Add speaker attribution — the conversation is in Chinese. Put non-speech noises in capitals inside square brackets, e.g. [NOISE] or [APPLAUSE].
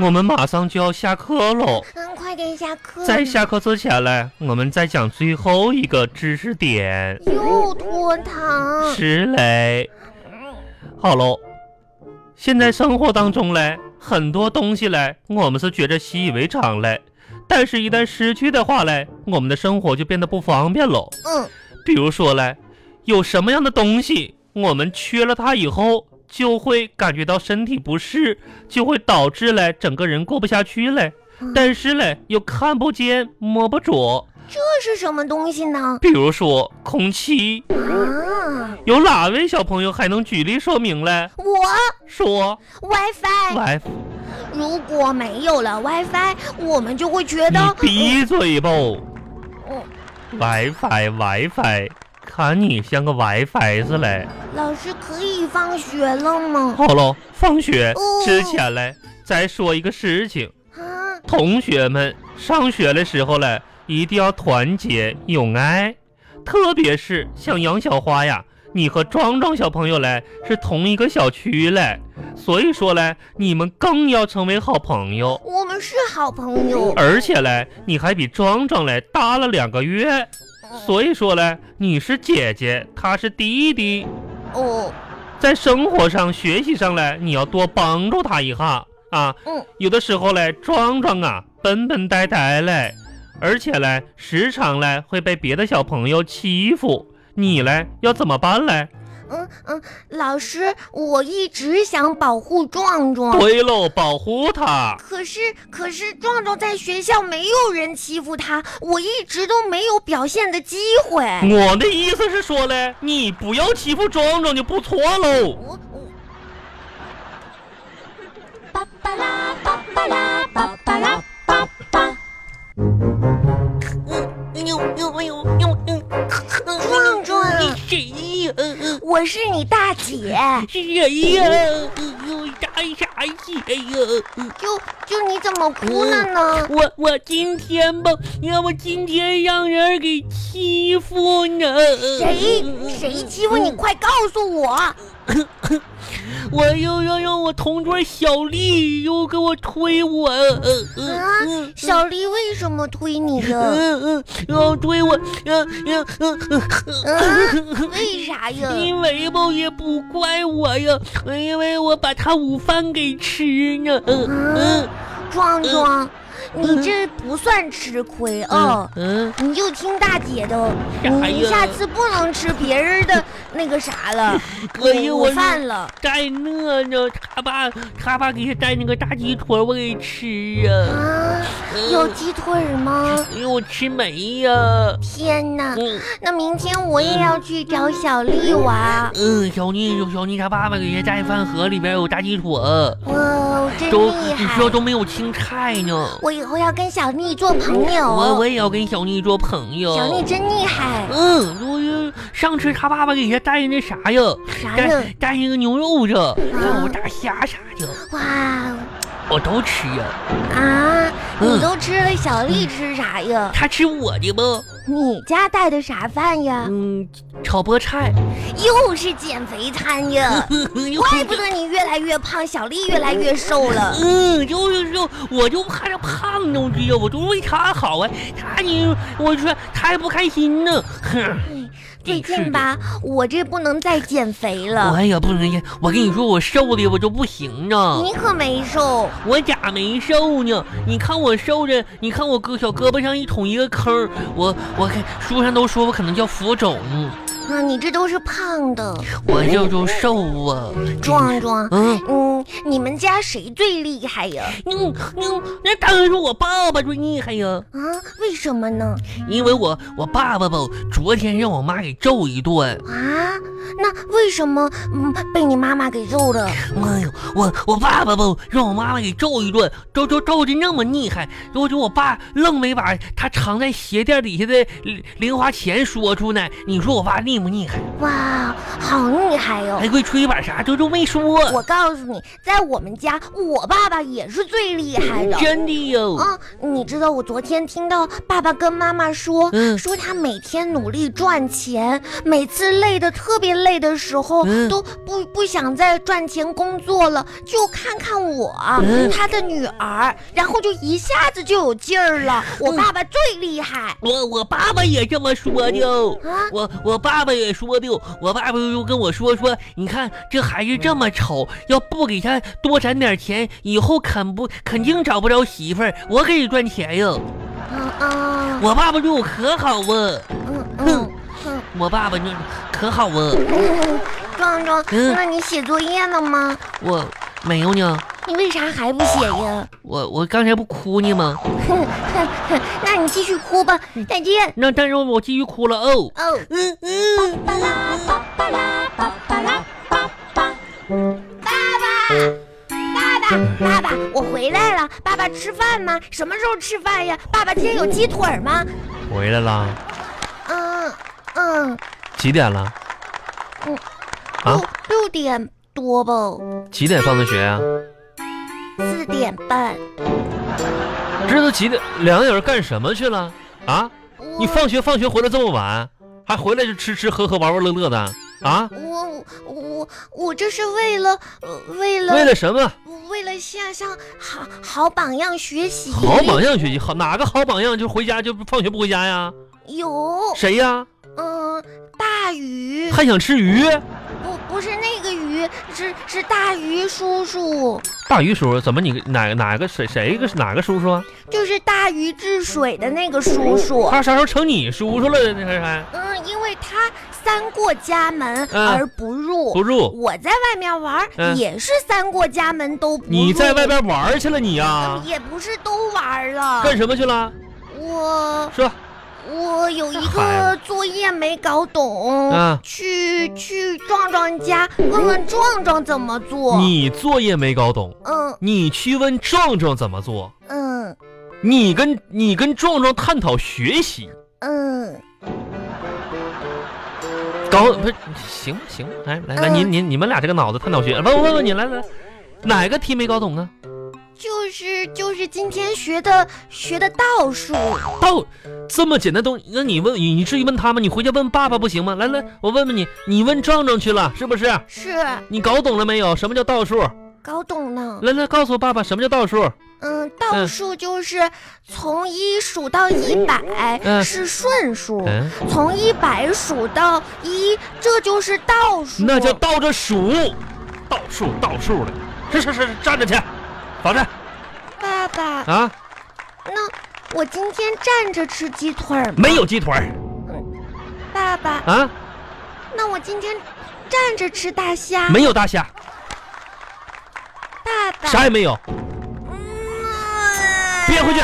Speaker 1: 我们马上就要下课喽。
Speaker 2: 嗯，快点下课。
Speaker 1: 在下课之前嘞，我们再讲最后一个知识点，
Speaker 2: 又拖堂。
Speaker 1: 是嘞。好喽，现在生活当中嘞，很多东西嘞，我们是觉着习以为常嘞，但是一旦失去的话嘞，我们的生活就变得不方便喽。
Speaker 2: 嗯，
Speaker 1: 比如说嘞，有什么样的东西，我们缺了它以后，就会感觉到身体不适，就会导致嘞整个人过不下去嘞。但是嘞，又看不见摸不着，
Speaker 2: 这是什么东西呢？
Speaker 1: 比如说空气，
Speaker 2: 啊，
Speaker 1: 有哪位小朋友还能举例说明嘞？
Speaker 2: 我
Speaker 1: 说
Speaker 2: WiFi，
Speaker 1: ，WiFi，
Speaker 2: 如果没有了 WiFi，我们就会觉
Speaker 1: 你
Speaker 2: 得。
Speaker 1: 闭嘴吧
Speaker 2: 嗯
Speaker 1: ！WiFi，WiFi，看你像个 WiFi 似嘞。
Speaker 2: 嗯老师可以放学了吗？
Speaker 1: 好了，放学
Speaker 2: 哦
Speaker 1: 之前嘞，再说一个事情。
Speaker 2: 啊，
Speaker 1: 同学们上学的时候嘞，一定要团结友爱，特别是像杨小花呀，你和壮壮小朋友嘞是同一个小区嘞，所以说嘞，你们更要成为好朋友。
Speaker 2: 我们是好朋友。
Speaker 1: 而且嘞，你还比壮壮嘞大了两个月，
Speaker 2: 嗯
Speaker 1: 所以说嘞，你是姐姐，他是弟弟，
Speaker 2: 哦，
Speaker 1: 在生活上、学习上嘞，你要多帮助他一下啊。
Speaker 2: 嗯，
Speaker 1: 有的时候嘞，壮壮啊，笨笨呆呆嘞，而且嘞，时常嘞会被别的小朋友欺负，你嘞要怎么办嘞？
Speaker 2: 嗯嗯，老师，我一直想保护壮壮，
Speaker 1: 对喽，保护他。
Speaker 2: 可是可是壮壮在学校没有人欺负他，我一直都没有表现的机会。
Speaker 1: 我的意思是说嘞，你不要欺负壮壮就不错喽。
Speaker 2: 我我
Speaker 3: 巴巴拉巴巴拉巴巴拉巴巴。
Speaker 2: 壮壮，
Speaker 4: 谁呀？
Speaker 2: 我是你大姐，
Speaker 4: 是谁呀？又打啥姐呀？
Speaker 2: 就就你怎么哭了呢？
Speaker 4: 我我今天吧，要我今天让人给欺负呢。
Speaker 2: 谁谁欺负你？？快告诉我！啊
Speaker 4: 我又要让我同桌小丽又给我推我。
Speaker 2: 啊
Speaker 4: 嗯，
Speaker 2: 小丽为什么推你的？
Speaker 4: 嗯嗯，要推我，嗯嗯嗯嗯。
Speaker 2: 嗯，为啥呀？
Speaker 4: 因为吧也不怪我呀，因为我把他午饭给吃呢。嗯
Speaker 2: 壮壮，你这不算吃亏啊
Speaker 4: 嗯、嗯，
Speaker 2: 你就听大姐的，
Speaker 4: 啥呀
Speaker 2: 你下次不能吃别人的那个啥
Speaker 4: [LAUGHS]
Speaker 2: 了，
Speaker 4: 哎呀
Speaker 2: 午
Speaker 4: 我
Speaker 2: 饭了。
Speaker 4: 带那呢，他爸他爸给他带那个大鸡腿，我给吃啊。
Speaker 2: 啊，
Speaker 4: 嗯
Speaker 2: 有鸡腿吗？
Speaker 4: 哎呦，我吃没
Speaker 2: 啊
Speaker 4: 呀。
Speaker 2: 天哪！
Speaker 4: 嗯
Speaker 2: 那明天我也要去找小丽玩。
Speaker 4: 嗯，小妮小妮他爸爸给他带饭盒里边有大鸡腿，
Speaker 2: 哇、真
Speaker 4: 都
Speaker 2: 厉
Speaker 4: 你知道
Speaker 2: 害！
Speaker 4: 都没有青菜呢。
Speaker 2: 我以后要跟小丽做朋友。
Speaker 4: 我我也要跟小妮做朋友。
Speaker 2: 哦小丽真厉害，
Speaker 4: 嗯，我上次他爸爸给他带那啥呀，
Speaker 2: 啥呀
Speaker 4: 带？带那个牛肉的，还有大虾啥的，
Speaker 2: 哇
Speaker 4: 我都吃呀。
Speaker 2: 啊！你
Speaker 4: 嗯
Speaker 2: 都吃了小丽吃啥呀？
Speaker 4: 他吃我的吧？
Speaker 2: 你家带的啥饭呀？
Speaker 4: 嗯，炒菠菜。嗯
Speaker 2: 又是减肥餐呀！怪不得你越来越胖，小丽越来越瘦了。
Speaker 4: 嗯，就是就我就怕他胖东西呀，我就为他好啊。他你我说他还不开心呢，哼，
Speaker 2: 哎最近吧，我这不能再减肥了。
Speaker 4: 我也哎不能，我跟你说我瘦的我就不行呢。
Speaker 2: 你可没瘦，
Speaker 4: 我咋没瘦呢？你看我瘦着，你看我胳小胳膊上一捅一个坑儿，我我看书上都说我可能叫浮肿，
Speaker 2: 啊，你这都是胖的。
Speaker 4: 我就就瘦啊。
Speaker 2: 壮壮，
Speaker 4: 嗯
Speaker 2: 嗯，你们家谁最厉害呀？
Speaker 4: 嗯嗯，那当然是我爸爸最厉害呀，
Speaker 2: 啊，为什么呢？
Speaker 4: 因为我我爸爸吧，昨天让我妈给揍一顿。
Speaker 2: 啊，那为什么嗯被你妈妈给揍了？
Speaker 4: 哎呦，我我爸爸吧，让我妈妈给揍一顿，揍揍揍的那么厉害，我就我爸愣没把他藏在鞋垫底下的零零花钱说出来。你说我爸厉厉不厉害？
Speaker 2: 哇，好厉害哟、
Speaker 4: 还会吹把啥，周周没说，
Speaker 2: 我告诉你，在我们家，我爸爸也是最厉害的。
Speaker 4: 真的哟。
Speaker 2: 啊、你知道我昨天听到爸爸跟妈妈说，
Speaker 4: 嗯
Speaker 2: 说他每天努力赚钱，每次累得特别累的时候，
Speaker 4: 嗯
Speaker 2: 都不不想再赚钱工作了，就看看我、
Speaker 4: 嗯
Speaker 2: 他的女儿，然后就一下子就有劲儿了。
Speaker 4: 嗯
Speaker 2: 我爸爸最厉害、
Speaker 4: 我我爸爸也这么说的哦，
Speaker 2: 啊！
Speaker 4: 我我爸爸也说的哦，我爸爸就跟我说说，你看这孩子这么丑，要不给他多攒点钱，以后肯不肯定找不着媳妇儿。我给你赚钱哟，
Speaker 2: 嗯嗯
Speaker 4: 我爸爸对我可好啊，
Speaker 2: 嗯嗯嗯
Speaker 4: 我爸爸就可好啊，
Speaker 2: 嗯，壮壮，
Speaker 4: 嗯
Speaker 2: 那你写作业呢吗？
Speaker 4: 我没有呢，
Speaker 2: 你为啥还不写呀？ [LAUGHS]
Speaker 4: 我我刚才不哭呢吗？
Speaker 2: 哼哼哼，那你继续哭吧。再见。
Speaker 4: 那但是我继续哭了哦。
Speaker 2: 哦，
Speaker 4: 嗯嗯。
Speaker 2: 爸爸，爸爸，我回来了。爸爸吃饭吗？什么时候吃饭呀？爸爸今天有鸡腿吗？
Speaker 1: 回来啦，
Speaker 2: 嗯嗯，
Speaker 1: 几点了？
Speaker 2: 六、
Speaker 1: 啊
Speaker 2: 六点多吧，
Speaker 1: 几点放的学啊？
Speaker 2: 四点半。
Speaker 1: 这都几点？两个人干什么去了？啊？
Speaker 2: 我
Speaker 1: 你放学放学回来这么晚，还回来就吃吃喝喝玩玩乐乐的啊？
Speaker 2: 我我我我这是为了、呃、为了
Speaker 1: 为了什么？
Speaker 2: 为了向向好好榜样学习。
Speaker 1: 好榜样学习，好哪个好榜样就回家就放学不回家呀？
Speaker 2: 有
Speaker 1: 谁呀？
Speaker 2: 嗯，大鱼
Speaker 1: 还想吃鱼？
Speaker 2: 不不是那个鱼，是是大鱼叔叔，
Speaker 1: 大鱼叔叔怎么你哪哪个谁谁个哪个叔叔啊？
Speaker 2: 就是大禹治水的那个叔叔。
Speaker 1: 他啥时候成你叔叔了？那还还
Speaker 2: 嗯，因为他三过家门
Speaker 1: 嗯
Speaker 2: 而不入。
Speaker 1: 不住？
Speaker 2: 我在外面玩儿、
Speaker 1: 嗯
Speaker 2: 也是三过家门都不入。嗯
Speaker 1: 你在外、边玩儿去啊了你呀、
Speaker 2: 也不是都玩儿了。
Speaker 1: 干什么去了？
Speaker 2: 我
Speaker 1: 说
Speaker 2: 我有一
Speaker 1: 孩
Speaker 2: 个作业没搞懂，
Speaker 1: 哎嗯
Speaker 2: 去去壮壮家问问壮壮怎么做。
Speaker 1: 你作业没搞懂，
Speaker 2: 嗯
Speaker 1: 你去问壮壮怎么做，
Speaker 2: 嗯
Speaker 1: 你跟你跟壮壮探讨学习。
Speaker 2: 嗯，
Speaker 1: 搞不是行吧行吧，来来来，
Speaker 2: 嗯
Speaker 1: 您您你们俩这个脑子探讨学，问问问你来来，哪个题没搞懂啊？
Speaker 2: 就是就是今天学的学的道术。
Speaker 1: 到这么简单东西，那你问你你至于问他吗？你回家问爸爸不行吗？来来，我问问你，你问壮壮去了是不是？
Speaker 2: 是
Speaker 1: 你搞懂了没有？什么叫倒数？
Speaker 2: 搞懂呢，
Speaker 1: 来来，告诉我爸爸什么叫倒数？
Speaker 2: 嗯，倒
Speaker 1: 嗯
Speaker 2: 数就是从一数到一百、
Speaker 1: 嗯
Speaker 2: 是顺数，
Speaker 1: 嗯，
Speaker 2: 从一百数到一，这就是倒数。
Speaker 1: 那叫倒着数，倒数倒数的，是是是，站着去，罚站
Speaker 2: 爸爸。
Speaker 1: 啊！
Speaker 2: 那我今天站着吃鸡腿儿吗？
Speaker 1: 没有鸡腿儿
Speaker 2: 爸爸，
Speaker 1: 啊，
Speaker 2: 那我今天站着吃大虾。
Speaker 1: 没有大虾，
Speaker 2: 爸爸，
Speaker 1: 啥也没有，
Speaker 2: 嗯
Speaker 1: 别回去。